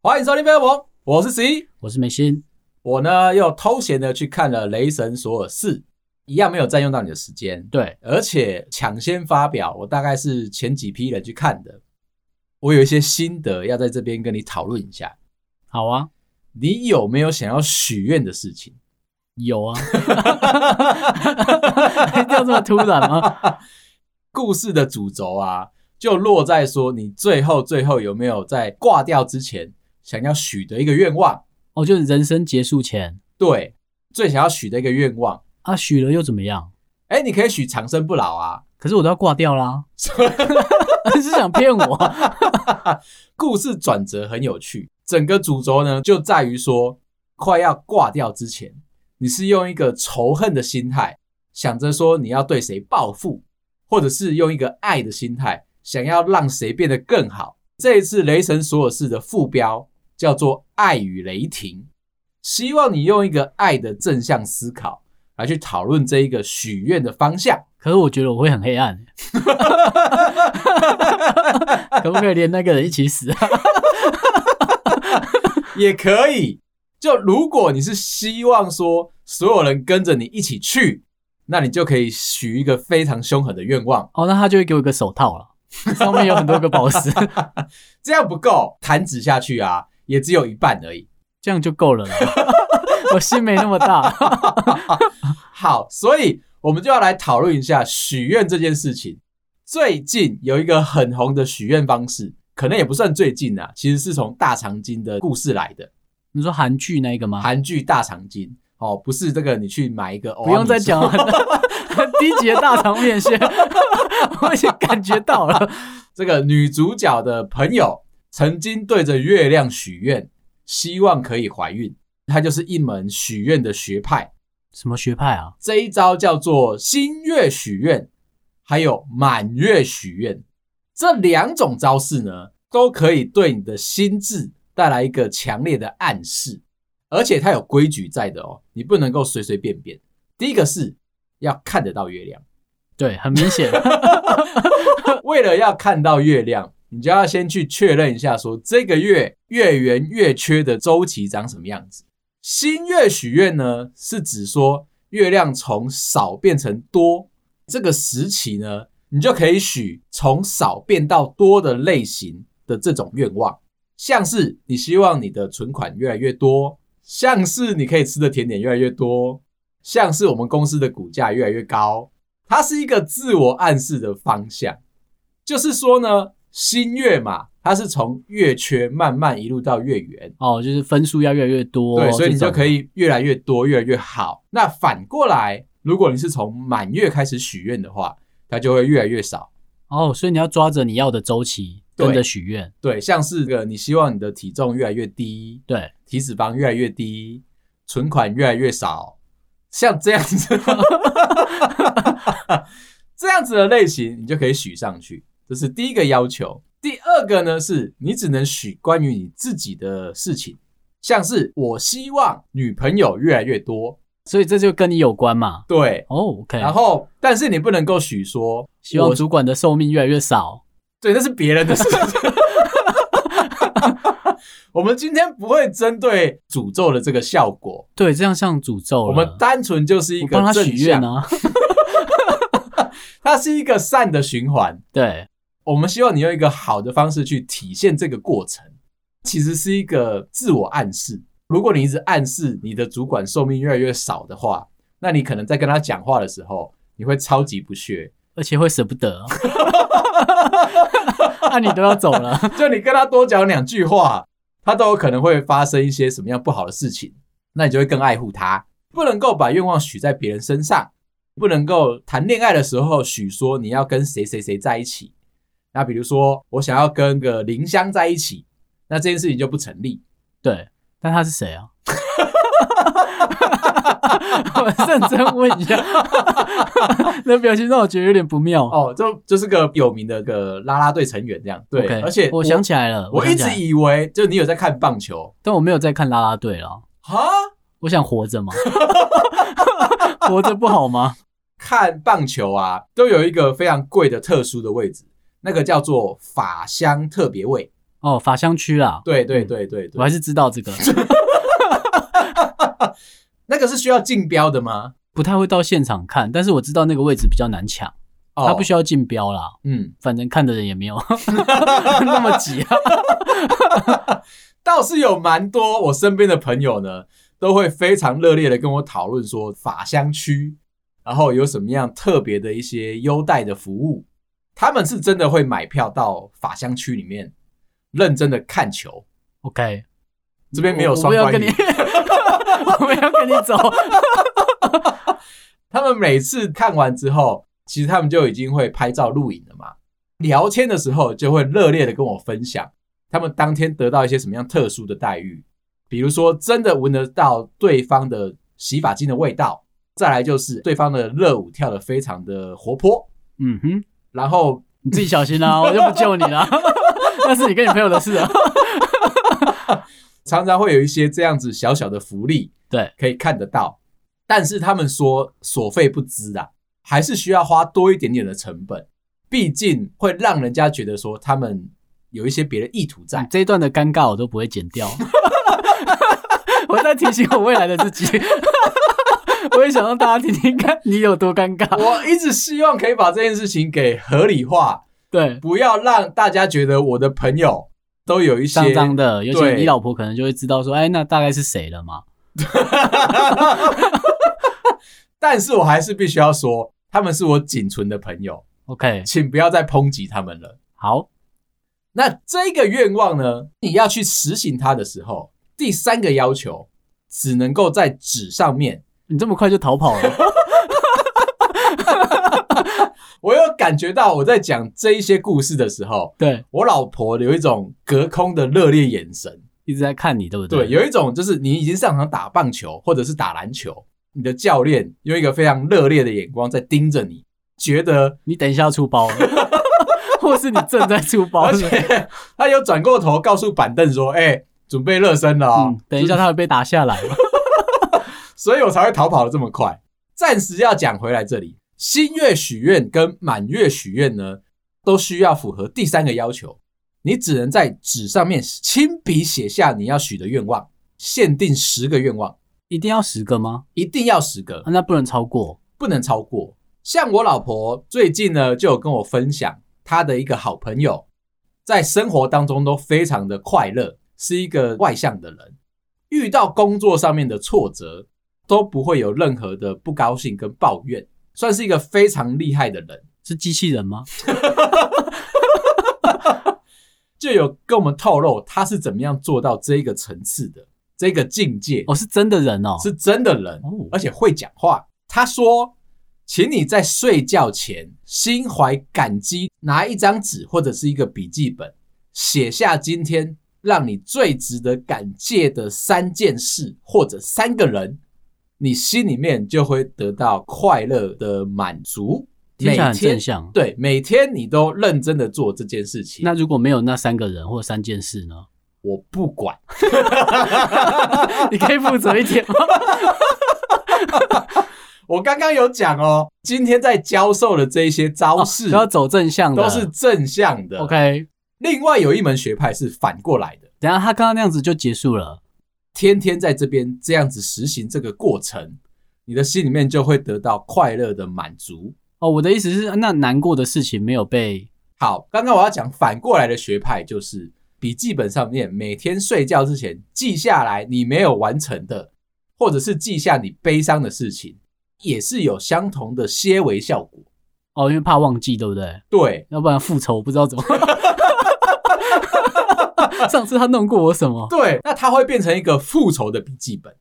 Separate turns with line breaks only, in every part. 欢迎收听《飞龙》，我是十一，
我是美心。
我呢又偷闲的去看了《雷神索尔四》，一样没有占用到你的时间，
对，
而且抢先发表，我大概是前几批人去看的。我有一些心得要在这边跟你讨论一下，
好啊，
你有没有想要许愿的事情？
有啊， 一定要这么突然吗？
故事的主轴啊，就落在说你最后最后有没有在挂掉之前想要许的一个愿望？
哦，就是人生结束前
对，最想要许的一个愿望。
啊，许了又怎么样？
哎，你可以许长生不老啊。
可是我都要挂掉啦，是想骗我？
故事转折很有趣，整个主轴呢就在于说，快要挂掉之前，你是用一个仇恨的心态，想着说你要对谁报复，或者是用一个爱的心态，想要让谁变得更好。这一次《雷神索尔四》的副标叫做“爱与雷霆”，希望你用一个爱的正向思考来去讨论这一个许愿的方向。
可是我觉得我会很黑暗， 可不可以连那个人一起死啊？
也可以。就如果你是希望说所有人跟着你一起去，那你就可以许一个非常凶狠的愿望。
哦，那他就会给我一个手套了，上面有很多个宝石，
这样不够，弹指下去啊，也只有一半而已。
这样就够了啦。我心没那么大，
好，所以我们就要来讨论一下许愿这件事情。最近有一个很红的许愿方式，可能也不算最近啊，其实是从大长今的故事来的，
你说韩剧那个吗？
韩剧《大长今》哦，不是这个你去买一个，
不用再讲了，
哦
很 低级的大肠面线，我已经感觉到了。
这个女主角的朋友曾经对着月亮许愿，希望可以怀孕。它就是一门许愿的学派，
什么学派啊？
这一招叫做新月许愿，还有满月许愿。这两种招式呢，都可以对你的心智带来一个强烈的暗示，而且它有规矩在的哦，你不能够随随便便。第一个是要看得到月亮。
对，很明显，
为了要看到月亮，你就要先去确认一下说，这个月月圆月缺的周期长什么样子。新月许愿呢，是指说月亮从少变成多这个时期呢，你就可以许从少变到多的类型的这种愿望，像是你希望你的存款越来越多，像是你可以吃的甜点越来越多，像是我们公司的股价越来越高，它是一个自我暗示的方向。就是说呢，新月嘛，它是从月缺慢慢一路到月圆，
哦，就是分数要越来越多，
对，所以你就可
以。
以越来越多，越来越好。那反过来，如果你是从满月开始许愿的话，它就会越来越少。
哦，所以你要抓着你要的周期
对
跟着许愿，
对，像是个你希望你的体重越来越低，
对，
体脂肪越来越低，存款越来越少，像这样子， 这样子的类型，你就可以许上去。这是第一个要求。第二个呢，是你只能许关于你自己的事情，像是我希望女朋友越来越多，
所以这就跟你有关嘛。
对。
哦，OK，
然后，但是你不能够许说，
希望
我
主管的寿命越来越少。
对，那是别人的事情。 我们今天不会针对诅咒的这个效果，
对，这样像诅咒了。
我们单纯就是一
我
个
帮他
正
许愿
向，
啊，
它是一个善的循环。
对，
我们希望你用一个好的方式去体现这个过程，其实是一个自我暗示。如果你一直暗示你的主管寿命越来越少的话，那你可能在跟他讲话的时候，你会超级不屑。
而且会舍 不得。那你都要走了，
就你跟他多讲两句话，他都有可能会发生一些什么样不好的事情，那你就会更爱护他。不能够把愿望许在别人身上，不能够谈恋爱的时候许说你要跟谁谁谁在一起。那比如说，我想要跟个林香在一起，那这件事情就不成立。
对，但他是谁啊？我认真问一下，那表情让我觉得有点不妙。
哦，这就是个有名的个啦啦队成员这样。对
OK，
而且
我想起来了，
我
想
一
起来
直以为就你有在看棒球，
但我没有在看啦啦队了。
哈，
我想活着嘛，活着不好吗？
看棒球啊，都有一个非常贵的特殊的位置，那个叫做法香特别位。
哦，法香区啦，
对对对对
我
对，
还是知道这个，
那个是需要竞标的吗？
不太会到现场看，但是我知道那个位置比较难抢，
哦
它不需要竞标啦，
嗯，
反正看的人也没有 那么挤啊。
倒是有蛮多我身边的朋友呢，都会非常热烈的跟我讨论说法香区，然后有什么样特别的一些优待的服务，他们是真的会买票到法香区里面认真的看球。
OK，
这边没有
我
双
我要
关
跟你，
语，
我们要跟你走。
他们每次看完之后，其实他们就已经会拍照录影了嘛。聊天的时候就会热烈的跟我分享他们当天得到一些什么样特殊的待遇，比如说真的闻得到对方的洗发精的味道，再来就是对方的热舞跳得非常的活泼，
嗯哼，
然后
你自己小心啦、啊 我就不救你啦。那是你跟你朋友的事啊。
常常会有一些这样子小小的福利，
对，
可以看得到。但是他们说所费不赀啊，还是需要花多一点点的成本，毕竟会让人家觉得说他们有一些别的意图在。
你这一段的尴尬我都不会剪掉。 我在提醒我未来的 自己，我也想让大家听听看你有多尴尬。
我一直希望可以把这件事情给合理化，
对，
不要让大家觉得我的朋友都有一些
脏脏的，尤其
对
你老婆可能就会知道说，哎，那大概是谁了嘛？
但是我还是必须要说，他们是我仅存的朋友，
OK，
请不要再抨击他们了。
好，
那这个愿望呢，你要去实行它的时候，第三个要求只能够在纸上面。
你这么快就逃跑了，
我有感觉到我在讲这一些故事的时候，
对，
我老婆有一种隔空的热烈眼神，
一直在看你，对不对？
对，有一种就是你已经上场打棒球或者是打篮球，你的教练用一个非常热烈的眼光在盯着你，觉得，
你等一下要出 包了，或是你正在出包
而
了。
且 他有转过头告诉板凳说：“哎、准备热身了、哦
嗯，等一下他会被打下来。
所以我才会逃跑的这么快。暂时要讲回来这里，新月许愿跟满月许愿呢，都需要符合第三个要求，你只能在纸上面亲笔写下你要许的愿望，限定十个愿望，
一定要十个吗？
一定要十个
啊，，那不能超过。
不能超过。像我老婆最近呢，就有跟我分享她的一个好朋友，在生活当中都非常的快乐，是一个外向的人，遇到工作上面的挫折都不会有任何的不高兴跟抱怨，算是一个非常厉害的人。
是机器人吗？
就有跟我们透露他是怎么样做到这个层次的，这个境界
哦，是真的人哦。
是真的人，
哦
而且会讲话。他说：“请你在睡觉前心怀感激，拿一张纸或者是一个笔记本，写下今天让你最值得感谢的三件事或者三个人，你心里面就会得到快乐的满足。
听起来很
每天
正向
对，每天你都认真的做这件事情。
那如果没有那三个人或三件事呢？
我不管。”
你可以负责 一点吗？
我刚刚有讲哦，今天在教授的这一些招式、
都要走正向的，
都是正向的。
OK。
另外有一门学派是反过来的，
等一下他刚刚那样子就结束了。
天天在这边这样子实行这个过程，你的心里面就会得到快乐的满足。
哦，我的意思是，那难过的事情没有被
好，刚刚我要讲反过来的学派就是笔记本上面每天睡觉之前记下来你没有完成的，或者是记下你悲伤的事情，也是有相同的些微效果。
哦，因为怕忘记，对不对？
对，
要不然复仇不知道怎么。 上次他弄过我什么？
对，那它会变成一个复仇的笔记本，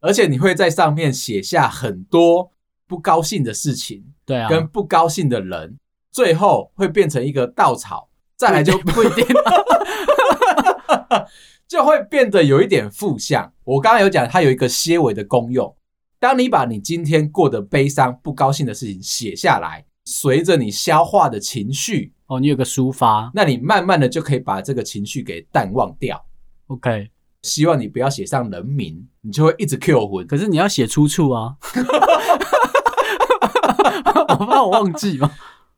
而且你会在上面写下很多不高兴的事情
对啊，
跟不高兴的人，最后会变成一个稻草，再来就
不一定。
就会变得有一点负向。我刚刚有讲，它有一个些微的功用。当你把你今天过得悲伤、不高兴的事情写下来，随着你消化的情绪，
哦，你有个抒发
那你慢慢的就可以把这个情绪给淡忘掉。
，OK，
希望你不要写上人名，你就会一直 Q 魂。
可是你要写出处 啊， 我怕我忘记嘛。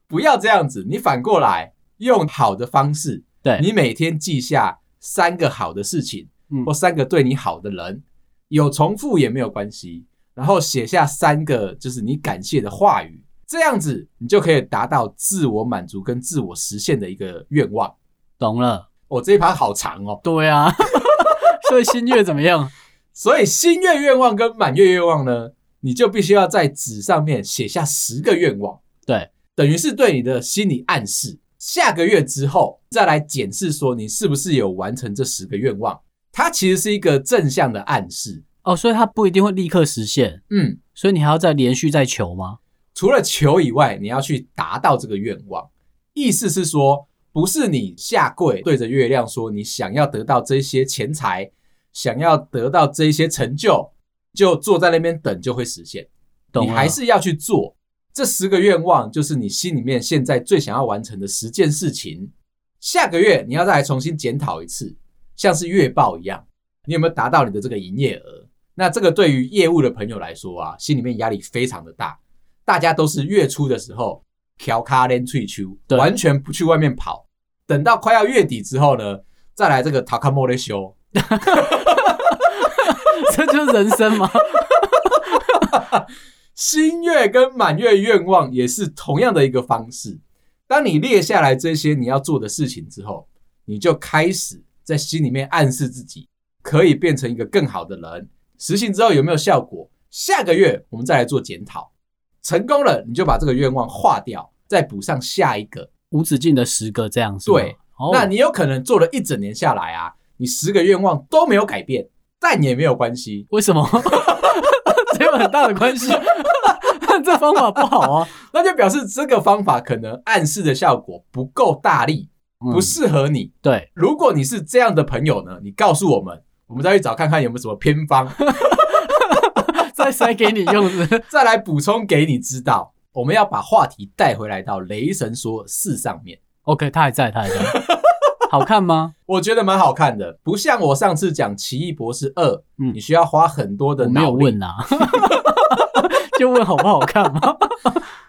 不要这样子，你反过来用好的方式，
对
你每天记下三个好的事情，
嗯
或三个对你好的人，有重复也没有关系，然后写下三个就是你感谢的话语，这样子你就可以达到自我满足跟自我实现的一个愿望。
懂了，
我、这一盘好长哦，
对啊。 所以新月怎么样？
所以新月愿望跟满月愿望呢，你就必须要在纸上面写下十个愿望，
对，
等于是对你的心理暗示。下个月之后再来检视，说你是不是有完成这十个愿望。它其实是一个正向的暗示。
哦，所以它不一定会立刻实现，
嗯，
所以你还要再连续再求吗？
除了求以外，你要去达到这个愿望。意思是说，不是你下跪对着月亮说你想要得到这些钱财，想要得到这些成就，就坐在那边等就会实现。
懂
你
了，
还是要去做。这十个愿望就是你心里面现在最想要完成的十件事情。下个月你要再来重新检讨一次，像是月报一样，你有没有达到你的这个营业额？那这个对于业务的朋友来说啊，心里面压力非常的大。大家都是月初的时候调卡连退休，
对
完全不去外面跑。等到快要月底之后呢，再来这个塔卡莫雷修，
这就是人生吗？
新月跟满月愿望也是同样的一个方式。当你列下来这些你要做的事情之后，你就开始在心里面暗示自己可以变成一个更好的人。实行之后有没有效果？下个月我们再来做检讨。成功了，你就把这个愿望划掉，再补上下一个。
无止境的十个这样是吗
对，
哦、
那你有可能做了一整年下来啊，你十个愿望都没有改变，但也没有关系，
为什么？ 这有很大的关系， 这方法不好啊。
那就表示这个方法可能暗示的效果不够大力，不
嗯
适合你。
对，
如果你是这样的朋友呢，你告诉我们，我们再去找看看有没有什么偏 方，
再塞给你用是不是
再来补充给你知道。我们要把话题带回来到雷神说四上面，
OK，他还在，他还在， 好看吗？
我觉得蛮好看的，不像我上次讲《奇异博士二》，
嗯
你需要花很多
我
的
没有
脑力。
问啊， 就问好不好看嘛。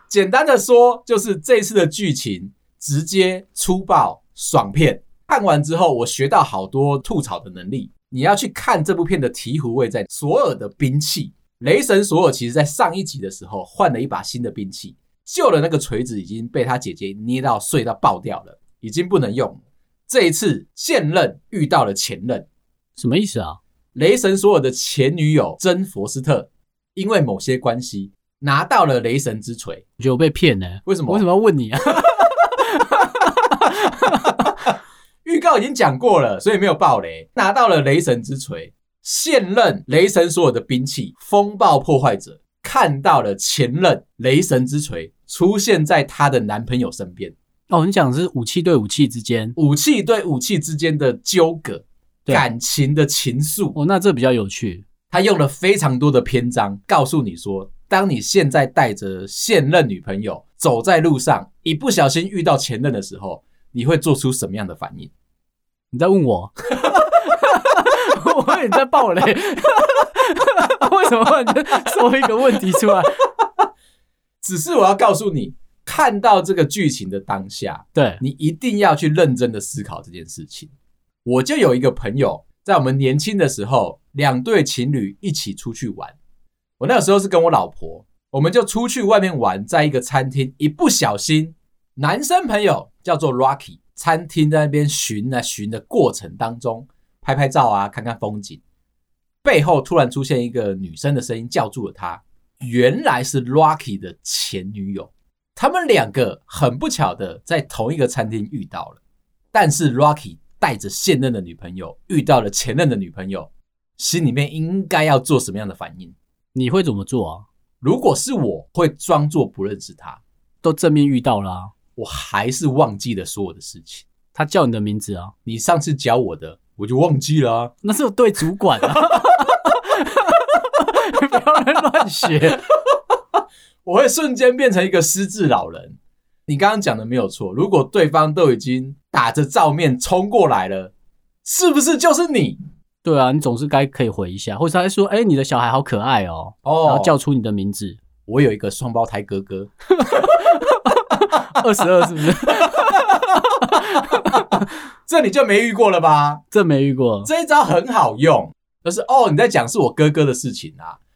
简单的说，就是这次的剧情直接粗暴爽片，看完之后我学到好多吐槽的能力。你要去看这部片的醍醐味在索尔的兵器，雷神索尔其实在上一集的时候换了一把新的兵器，旧的那个锤子已经被他姐姐捏到碎到爆掉了，已经不能用了。这一次现任遇到了前任，
什么意思啊？
雷神索尔的前女友珍·佛斯特，因为某些关系拿到了雷神之锤，
我觉得我被骗呢、
为什么
我为什么要问你啊？
预告已经讲过了，所以没有爆雷。拿到了雷神之锤，现任雷神所有的兵器风暴破坏者看到了前任雷神之锤出现在她的男朋友身边，
哦，你讲的是武器对武器之间，
武器对武器之间的纠葛，
对
感情的情愫，
哦，那这比较有趣。
他用了非常多的篇章告诉你说。当你现在带着现任女朋友走在路上，一不小心遇到前任的时候，你会做出什么样的反应？
你在问我？ 我以为你在爆雷， 为什么你就说一个问题出来？
只是我要告诉你，看到这个剧情的当下，
对，
你一定要去认真的思考这件事情。我就有一个朋友，在我们年轻的时候，两对情侣一起出去玩。我那个时候是跟我老婆，我们就出去外面玩，在一个餐厅，一不小心，男生朋友叫做 Rocky，餐厅在那边寻啊寻的过程当中，拍拍照啊，看看风景，背后突然出现一个女生的声音叫住了他，原来是 Rocky 的前女友。他们两个很不巧的在同一个餐厅遇到了，但是 Rocky 带着现任的女朋友遇到了前任的女朋友，心里面应该要做什么样的反应？
你会怎么做啊？
如果是我，会装作不认识他，
都正面遇到啦、啊
我还是忘记了所有的事情。
他叫你的名字啊，
你上次教我的，我就忘记了啊、
那是对主管啊， 不要乱学。
我会瞬间变成一个失智老人。你刚刚讲的没有错，如果对方都已经打着照面冲过来了，是不是就是你？
对啊，你总是该可以回一下，或者他还说，哎、你的小孩好可爱哦、然
哦
后，叫出你的名字，
我有一个双胞胎哥哥，
二十二是不是？
这你就没遇过了吧？
这没遇过，
这一招很好用，就是哦，你在讲是我哥哥的事情啊。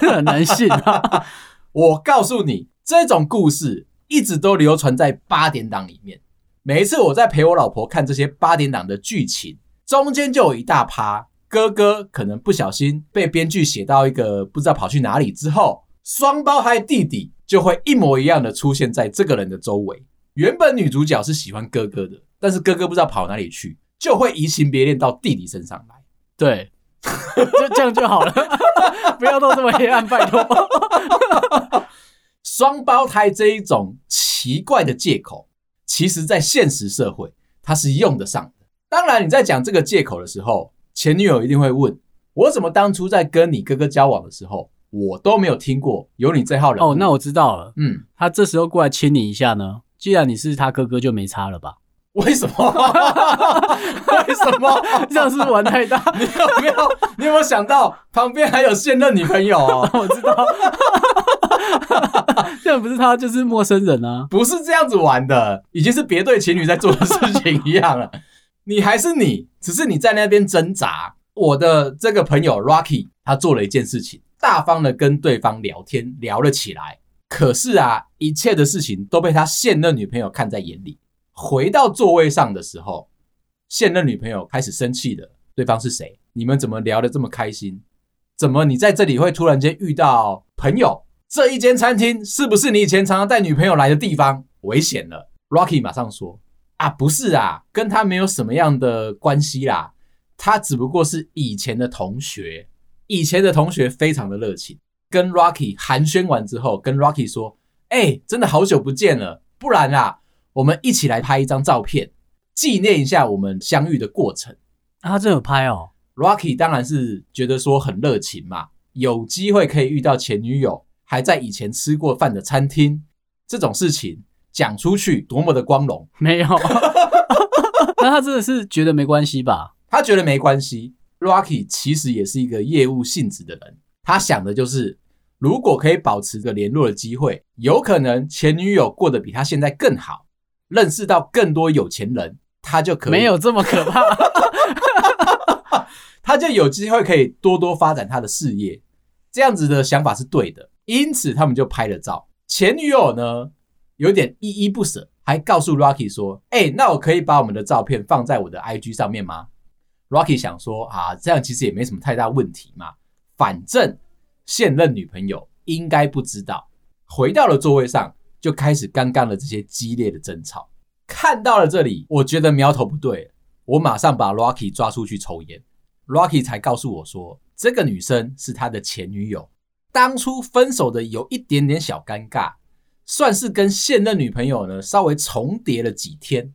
这很难信啊。
我告诉你，这种故事一直都流传在八点档里面。每一次我在陪我老婆看这些八点档的剧情，中间就有一大趴哥哥可能不小心被编剧写到一个不知道跑去哪里之后，双胞胎弟弟就会一模一样的出现在这个人的周围。原本女主角是喜欢哥哥的，但是哥哥不知道跑哪里去，就会移情别恋到弟弟身上来。
对，就这样就好了， 不要都这么黑暗，拜 托。
双胞胎这一种奇怪的借口，其实在现实社会它是用得上的。当然，你在讲这个借口的时候，前女友一定会问：我怎么当初在跟你哥哥交往的时候，我都没有听过有你这号人物？
哦，那我知道了，
嗯，
他这时候过来亲你一下呢，既然你是他哥哥，就没差了 吧？
为什么？为什么？
这样是不是玩太大？
你有没有？你有没有想到旁边还有现任女朋友、哦？
我知道，这样不是他就是陌生人啊。
不是这样子玩的，已经是别对情侣在做的事情一样了。你还是你，只是你在那边挣扎。我的这个朋友 Rocky，他做了一件事情，大方的跟对方聊天聊了起来。可是啊，一切的事情都被他现任女朋友看在眼里。回到座位上的时候，现任女朋友开始生气了。对方是谁？你们怎么聊得这么开心？怎么你在这里会突然间遇到朋友？这一间餐厅是不是你以前常常带女朋友来的地方？危险了！Rocky 马上说：“啊，不是啊，跟他没有什么样的关系啦，他只不过是以前的同学。以前的同学非常的热情，跟 Rocky 寒暄完之后，跟 Rocky 说：‘哎、真的好久不见了，不然啊，我们一起来拍一张照片，纪念一下我们相遇的过程。’
啊，他真的有拍哦，
Rocky 当然是觉得说很热情嘛，有机会可以遇到前女友，还在以前吃过饭的餐厅，这种事情讲出去多么的光荣，
没有。 那他真的是觉得没关系吧？
他觉得没关系。Rocky 其实也是一个业务性质的人，他想的就是，如果可以保持着联络的机会，有可能前女友过得比他现在更好，认识到更多有钱人，他就可以
没有这么可怕。
他就有机会可以多多发展他的事业。这样子的想法是对的，因此他们就拍了照。前女友呢，有点依依不舍，还告诉 Rocky 说：“哎、那我可以把我们的照片放在我的 IG 上面吗？”Rocky 想说啊，这样其实也没什么太大问题嘛，反正现任女朋友应该不知道。回到了座位上，就开始刚刚的这些激烈的争吵。看到了这里，我觉得苗头不对了，我马上把 Rocky 抓出去抽烟。Rocky 才告诉我说，这个女生是他的前女友，当初分手的有一点点小尴尬，算是跟现任女朋友呢稍微重叠了几天，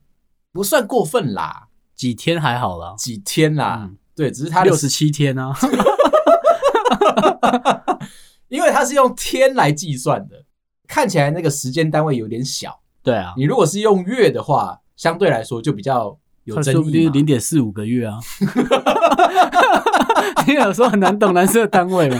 不算过分啦，
几天还好啦，
几天啦，
嗯
对，只是他的
六十七天啊。
因为它是用天来计算的，看起来那个时间单位有点小。
对啊，
你如果是用月的话，相对来说就比较有
他
争
说不
议
定
嘛。
零点四五个 月啊。你有时候很难懂男生的单位嘛？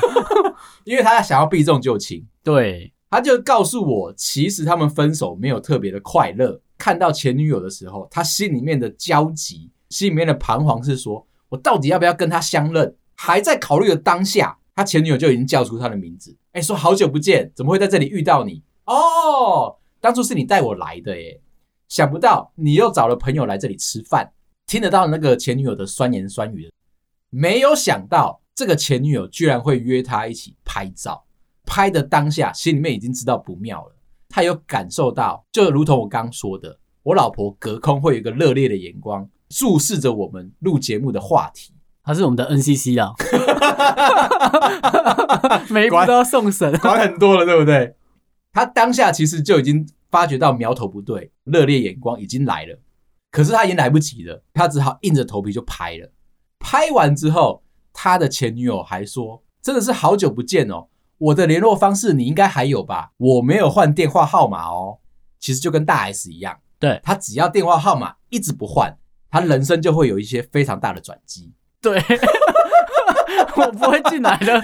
因为他想要避重就轻，
对，
他就告诉我，其实他们分手没有特别的快乐。看到前女友的时候，他心里面的焦急，心里面的彷徨是说：我到底要不要跟他相认？还在考虑的当下，他前女友就已经叫出他的名字，哎、说好久不见，怎么会在这里遇到你？哦，当初是你带我来的耶，想不到你又找了朋友来这里吃饭，听得到那个前女友的酸言酸语，没有想到这个前女友居然会约他一起拍照。拍的当下，心里面已经知道不妙了。他有感受到，就如同我刚说的，我老婆隔空会有一个热烈的眼光注视着我们录节目的话题。
他是我们的 NCC 啊，每一步都要送审。
管很多了，对不对？他当下其实就已经发觉到苗头不对，热烈眼光已经来了，可是他已经来不及了，他只好硬着头皮就拍了。拍完之后，他的前女友还说：“真的是好久不见哦，我的联络方式你应该还有吧？我没有换电话号码哦。”其实就跟大 S 一样，
对
他只要电话号码一直不换，他人生就会有一些非常大的转机。
对， 我不会进来的，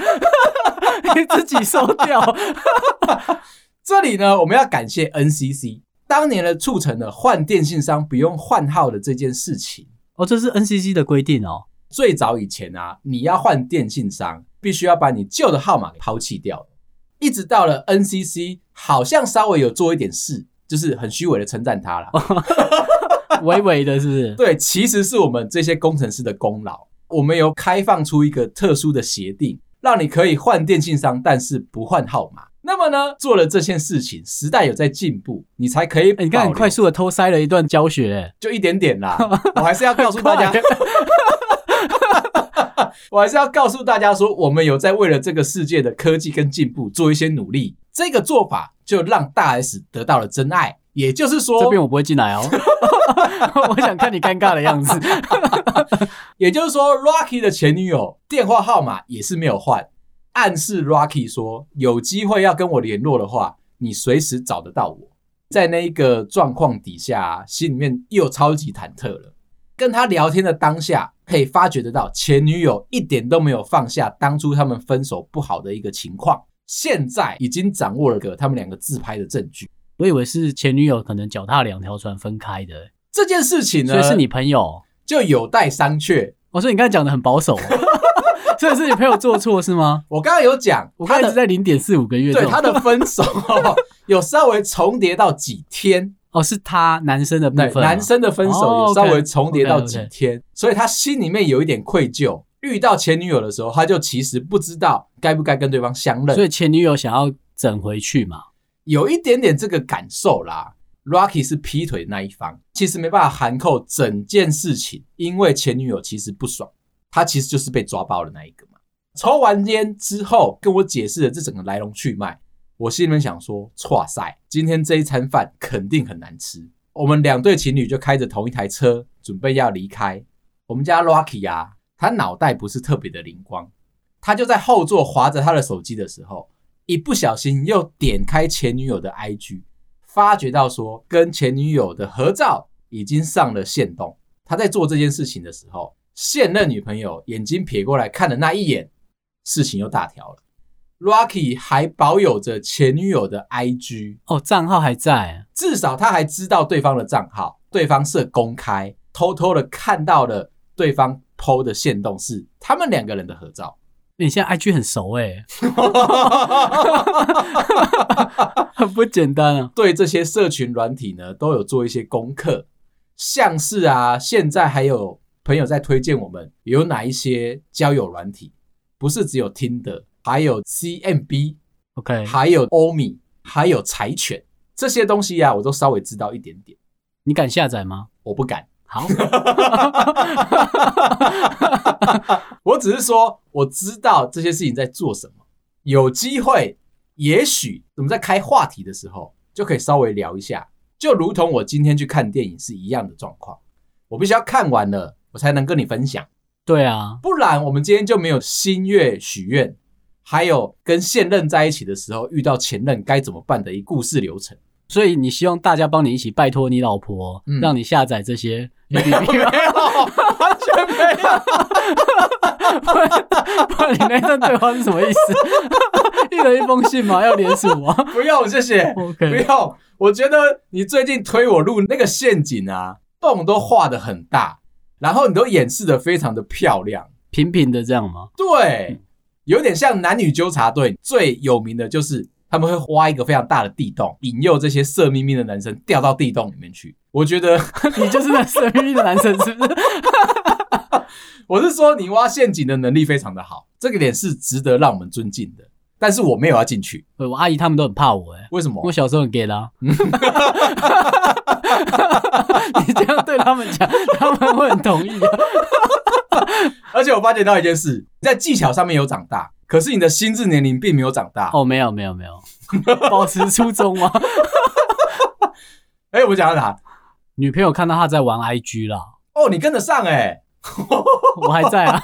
你自己收掉。
这里呢，我们要感谢 NCC 当年的促成了换电信商不用换号的这件事情。
哦，这是 NCC 的规定哦。
最早以前啊，你要换电信商，必须要把你旧的号码给抛弃掉。一直到了 NCC，好像稍微有做一点事，就是很虚伪的称赞他啦。
哦微微的，是不 是？
对，其实是我们这些工程师的功劳。我们有开放出一个特殊的协定，让你可以换电信商，但是不换号码。那么呢，做了这件事情，时代有在进步，你才可以、
哎你看，很快，速的偷塞了一段教学、哎
就一点点啦。我还是要告诉大家
快，
我还是要告诉大家说，我们有在为了这个世界的科技跟进步做一些努力。这个做法就让大 S 得到了真爱，也就是
这
说，
边我不会进 来哦。我想看你尴尬的样子。
也就是说，Rocky 的前女友电话号码也是没有换，暗示 Rocky 说有机会要跟我联络的话，你随时找得到我。在那一个状况底下、啊心里面又超级忐忑了。跟他聊天的当下，可以发觉得到前女友一点都没有放下当初他们分手不好的一个情况，现在已经掌握了个他们两个自拍的证据。
我以为是前女友可能脚踏两条船分开的，
这件事情
所
呢，
以是你朋友。
就有待商榷。
我、哦、说你刚才讲的很保守、哦， 所以是你朋友做错是吗？
我刚刚有讲，
我
他
看一
的
直在零点四五个月这
对
种。
他的分 手有稍微重叠到几天，
哦，是他男生的部
对
分啊、
男生的分手
哦
有
，OK，
稍微重叠到
OK，OK
几天，所以他心里面有一点愧疚。遇到前女友的时候，他就其实不知道该不该跟对方相
所
认，
以前女友想要整回去嘛？
有一点点这个感受啦。Rocky 是劈腿那一方，其实没办法含扣整件事情，因为前女友其实不爽，他其实就是被抓包的那一个嘛。抽完烟之后，跟我解释了这整个来龙去脉，我心里面想说，哇塞，今天这一餐饭肯定很难吃。我们两对情侣就开着同一台车，准备要离开。我们家 Rocky 啊，他脑袋不是特别的灵光，他就在后座划着他的手机的时候，一不小心又点开前女友的 IG，发觉到说跟前女友的合照已经上了线动。他在做这件事情的时候，现任女朋友眼睛瞥过来看的那一眼，事情又大条了。Rocky 还保有着前女友的 IG，
哦，账号还在，
至少他还知道对方的账号，对方是公开，偷偷的看到了对方 PO 的线动是他们两个人的合照。
你现在 IG 很熟哎，很 不简单啊。
对这些社群软体呢，都有做一些功课，像是啊，现在还有朋友在推荐我们有哪一些交友软体，不是只有 Tinder，还有 CMB，
OK，
还有欧米，还有柴犬这些东西啊，我都稍微知道一点点，
你敢下载吗？
我不敢。
好，
我只是说，我知道这些事情在做什么。有机会，也许我们在开话题的时候，就可以稍微聊一下，就如同我今天去看电影是一样的状况。我必须要看完了，我才能跟你分享，
对啊，
不然我们今天就没有心愿许愿，还有跟现任在一起的时候遇到前任该怎么办的一故事流程。
所以你希望大家帮你一起拜托你老婆，
嗯
让你下载这些
没
APP，
有，完全没有。
不然你那段对话是什么意思？ 一人一封信吗？要连署吗
不用，谢谢。
？OK，
不用，我觉得你最近推我入那个陷阱啊，洞都画的很大，然后你都掩饰的非常的漂亮，
平平的这样吗？
对，有点像男女纠察队最有名的就是他们会挖一个非常大的地洞，引诱这些色眯眯的男生掉到地洞里面去。我觉得
你就是那神秘的男生，是不是？
我是说你挖陷阱的能力非常的好，这个点是值得让我们尊敬的。但是我没有要进去，
我阿姨他们都很怕我哎、
为什么
我？小时候很啊 gay 啦、你这样对他们讲，他们会很同意、啊。
而且我发觉到一件事，你在技巧上面有长大，可是你的心智年龄并没有长大。
哦，没有没有没有，保持初衷啊吗？
哎、我讲到哪？
女朋友看到他在玩 IG 啦，
哦，你跟得上哎、
我还在啊。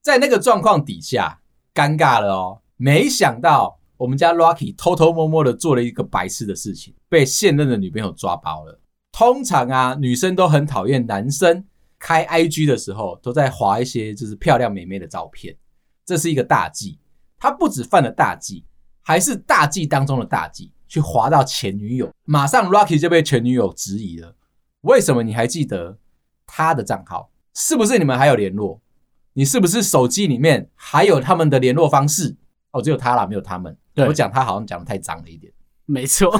在那个状况底下，尴尬了哦。没想到我们家 Rocky 偷偷摸摸的做了一个白痴的事情，被现任的女朋友抓包了。通常啊，女生都很讨厌男生开 IG 的时候都在划一些就是漂亮美眉的照片，这是一个大忌。他不止犯了大忌，还是大忌当中的大忌，去划到前女友。马上 Rocky 就被前女友质疑了，为什么你还记得他的账号？是不是你们还有联络？你是不是手机里面还有他们的联络方式？哦，只有他啦，没有他们。
对
我讲他好像讲的太脏了一点。
没错，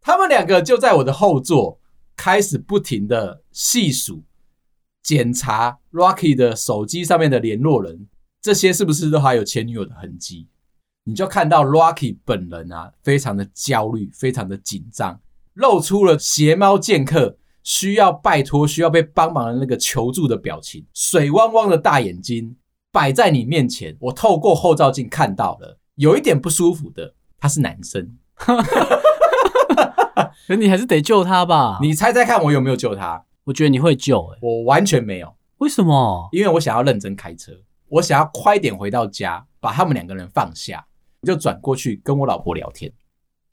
他们两个就在我的后座开始不停的细数、检查 Rocky 的手机上面的联络人，这些是不是都还有前女友的痕迹？你就看到 Rocky 本人啊，非常的焦虑，非常的紧张，露出了邪猫剑客需要拜托、需要被帮忙的那个求助的表情，水汪汪的大眼睛摆在你面前。我透过后照镜看到了，有一点不舒服的，他是男生。
可你还是得救他吧。
你猜猜看，我有没有救他？
我觉得你会救、欸，
我完全没有，
为什么？
因为我想要认真开车，我想要快点回到家，把他们两个人放下，我就转过去跟我老婆聊天，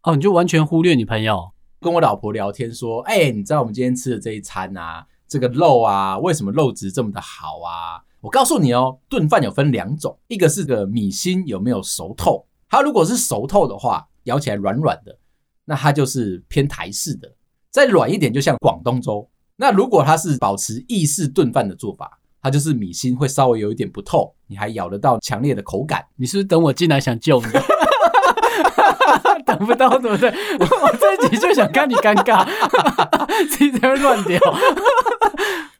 哦，你就完全忽略你朋友，
跟我老婆聊天说，哎、你知道我们今天吃的这一餐啊，这个肉啊，为什么肉质这么的好啊？我告诉你哦，炖饭有分两种，一个是个米心有没有熟透，它如果是熟透的话，咬起来软软的，那它就是偏台式的；再软一点，就像广东粥。那如果它是保持意式炖饭的做法，它就是米心会稍微有一点不透，你还咬得到强烈的口感。
你是不是等我进来想救你？ 等不到对不对？我我这一集就想看你尴尬，自己在那边乱聊。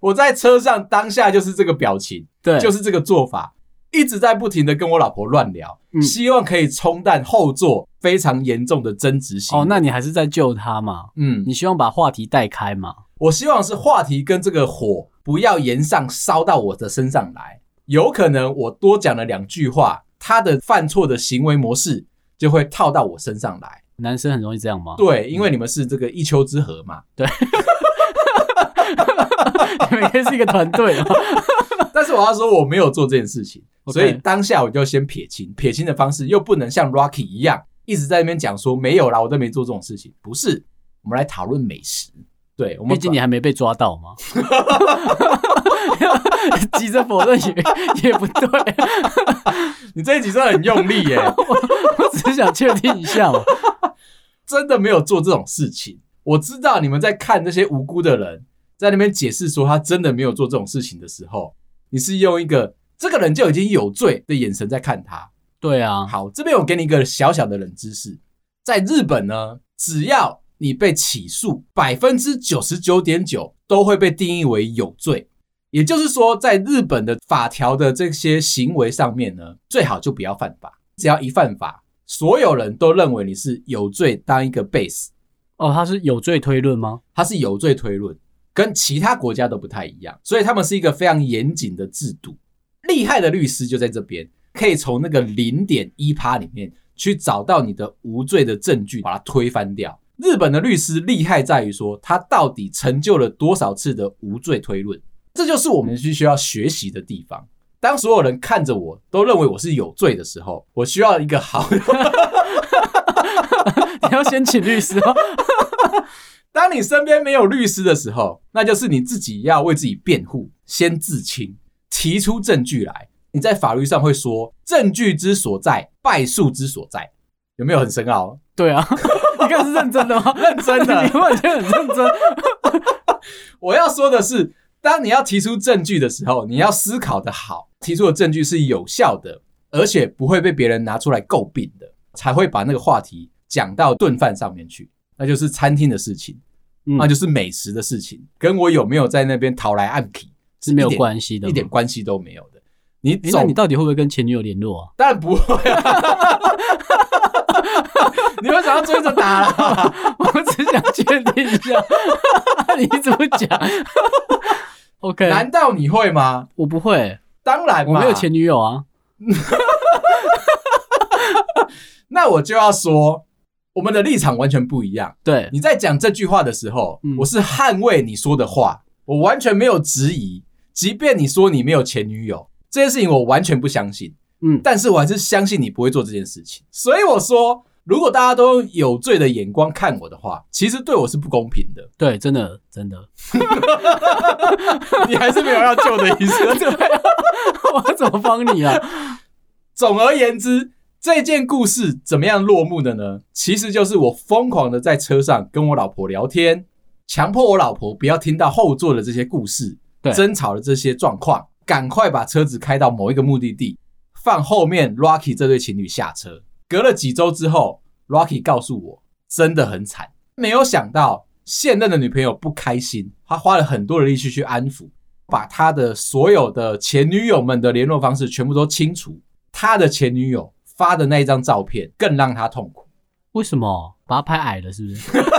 我在车上当下就是这个表情，
对，
就是这个做法，一直在不停的跟我老婆乱聊，
嗯
希望可以冲淡后座非常严重的争执性。
哦，那你还是在救他嘛？
嗯，
你希望把话题带开嘛？
我希望是话题跟这个火不要沿上烧到我的身上来。有可能我多讲了两句话，他的犯错的行为模式就会套到我身上来。
男生很容易这样吗？
对，因为你们是这个一丘之貉嘛。
你们可以是一个团队 哦。
但是我要说我没有做这件事情，
OK
所以当下我就先撇清。撇清的方式又不能像 Rocky 一样一直在那边讲说没有啦，我都没做这种事情。不是，我们来讨论美食。对，我们
毕竟你还没被抓到嘛， 急着否认也也不对，
你这一集真的很用力耶、
我只是想确定一下嘛。
真的没有做这种事情。我知道你们在看这些无辜的人在那边解释说他真的没有做这种事情的时候，你是用一个这个人就已经有罪的眼神在看他。
对啊，
好，这边我给你一个小小的冷知识，在日本呢，只要你被起诉，百分之九十九点九都会被定义为有罪。也就是说，在日本的法条的这些行为上面呢，最好就不要犯法。只要一犯法，所有人都认为你是有罪，当一个 base，
哦，他是有罪推论吗？
它是有罪推论，跟其他国家都不太一样，所以他们是一个非常严谨的制度。厉害的律师就在这边，可以从那个零点一趴里面去找到你的无罪的证据，把它推翻掉。日本的律师厉害在于说，他到底成就了多少次的无罪推论，这就是我们需需要学习的地方。当所有人看着我都认为我是有罪的时候，我需要一个好的
你要先请律师哦。
当你身边没有律师的时候，那就是你自己要为自己辩护，先自清，提出证据来。你在法律上会说“证据之所在，败诉之所在”，有没有很深奥？
对啊，你刚才是认真的吗？
认真
你
的，
完全很认真。
我要说的是，当你要提出证据的时候，你要思考的好，提出的证据是有效的，而且不会被别人拿出来诟病的，才会把那个话题讲到顿饭上面去，那就是餐厅的事情，
嗯
那啊就是美食的事情，跟我有没有在那边讨来暗体
是没有关系的吗，
一点关系都没有的。你
诶。那
走，
你到底会不会跟前女友联络啊？
当然不会、啊， 你会想要追着打啊啦。
我只想确定一下， 你怎么讲 ？OK，
难道你会吗？
我不会，
当然嘛，
我没有前女友啊。
那我就要说，我们的立场完全不一样。
对，
你在讲这句话的时候，
嗯
我是捍卫你说的话，我完全没有质疑。即便你说你没有前女友这件事情，我完全不相信。
嗯
但是我还是相信你不会做这件事情，所以我说，如果大家都用有罪的眼光看我的话，其实对我是不公平 的。
对，真的真的，
你还是没有要救的意 思。
我怎么帮你啊？
总而言之，这件故事怎么样落幕的呢？其实就是我疯狂的在车上跟我老婆聊天，强迫我老婆不要听到后座的这些故事、
对
争吵的这些状况，赶快把车子开到某一个目的地，放后面 Rocky 这对情侣下车。隔了几周之后，Rocky 告诉我，真的很惨，没有想到现任的女朋友不开心，他花了很多的力气去安抚，把他的所有的前女友们的联络方式全部都清除。他的前女友发的那一张照片更让他痛苦。
为什么把他拍矮了？是不是？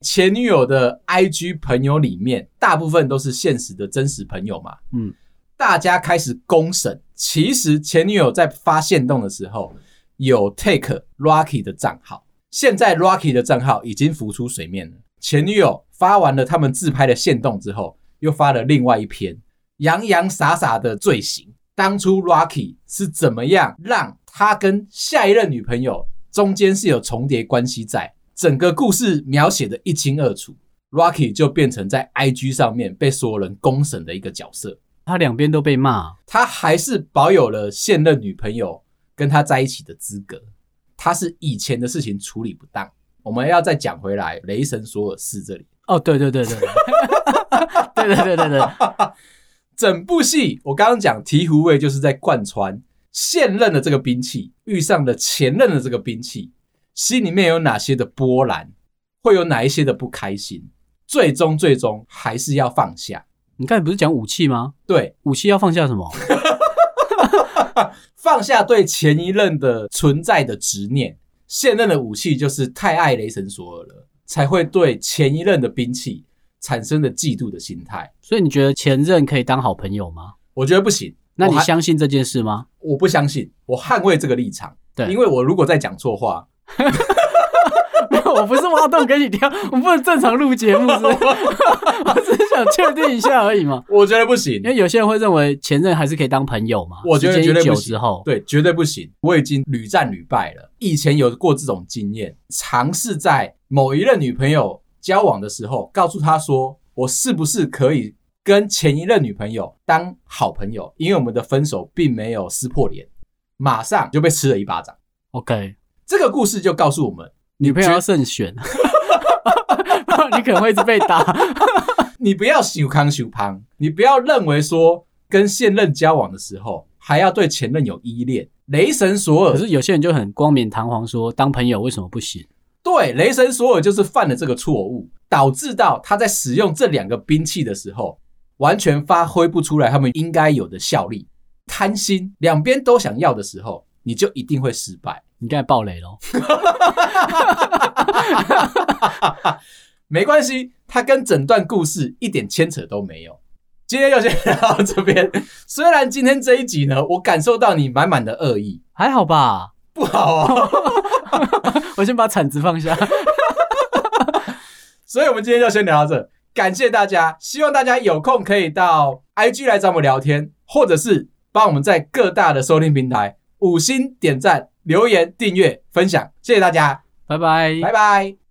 前女友的 IG 朋友里面，大部分都是现实的真实朋友嘛，
嗯，
大家开始公审。其实前女友在发现动的时候，有 take Rocky 的账号，现在 Rocky 的账号已经浮出水面了。前女友发完了他们自拍的现动之后，又发了另外一篇洋洋洒洒的罪行。当初 Rocky 是怎么样让他跟下一任女朋友中间是有重叠关系在？整个故事描写的一清二楚，Rocky 就变成在 IG 上面被所有人公审的一个角色。
他两边都被骂，
他还是保有了现任女朋友跟他在一起的资格。他是以前的事情处理不当。我们要再讲回来，雷神索尔四这里，
哦，对对对对， 对对对对对，
整部戏我刚刚讲醍醐味就是在贯穿现任的这个兵器遇上了前任的这个兵器，心里面有哪些的波澜，会有哪一些的不开心，最终最终还是要放下。
你刚才不是讲武器吗？
对，
武器要放下什么？
放下对前一任的存在的执念，现任的武器就是太爱雷神索尔了，才会对前一任的兵器产生了嫉妒的心态。
所以你觉得前任可以当好朋友吗？
我觉得不行，
那你
我还
相信这件事吗？
我不相信，我捍卫这个立场。
对
因为我如果再讲错话，
没有，我不是挖洞给你跳，我不能正常录节目，是不是我只是想确定一下而已嘛。
我觉得不行
因。为有些人会认为前任还是可以当朋友嘛，
我觉得
时
绝
间
对
一
不
久
行
之后，
对，绝对不行。我已经屡战屡败了。以前有过这种经验，尝试在某一任女朋友交往的时候，告诉她说，我是不是可以跟前一任女朋友当好朋友？因为我们的分手并没有撕破脸，马上就被吃了一巴掌。
OK，
这个故事就告诉我们，
女朋友
觉
要慎选，不然你可能会一直被打。
你不要羞康羞胖，你不要认为说跟现任交往的时候还要对前任有依恋。雷神索尔
可是有些人就很光冕堂皇说当朋友为什么不行？
对，雷神索尔就是犯了这个错误，导致到他在使用这两个兵器的时候，完全发挥不出来他们应该有的效力。贪心，两边都想要的时候，你就一定会失败。
你刚才爆雷喽，
没关系，它跟整段故事一点牵扯都没有。今天就先聊到这边。虽然今天这一集呢，我感受到你满满的恶意，
还好吧？
不好哦。
我先把铲子放下，
所以我们今天就先聊到这，感谢大家，希望大家有空可以到 IG 来找我们聊天，或者是帮我们在各大的收听平台五星点赞、留言、订阅、分享，谢谢大家，
拜拜，
拜拜。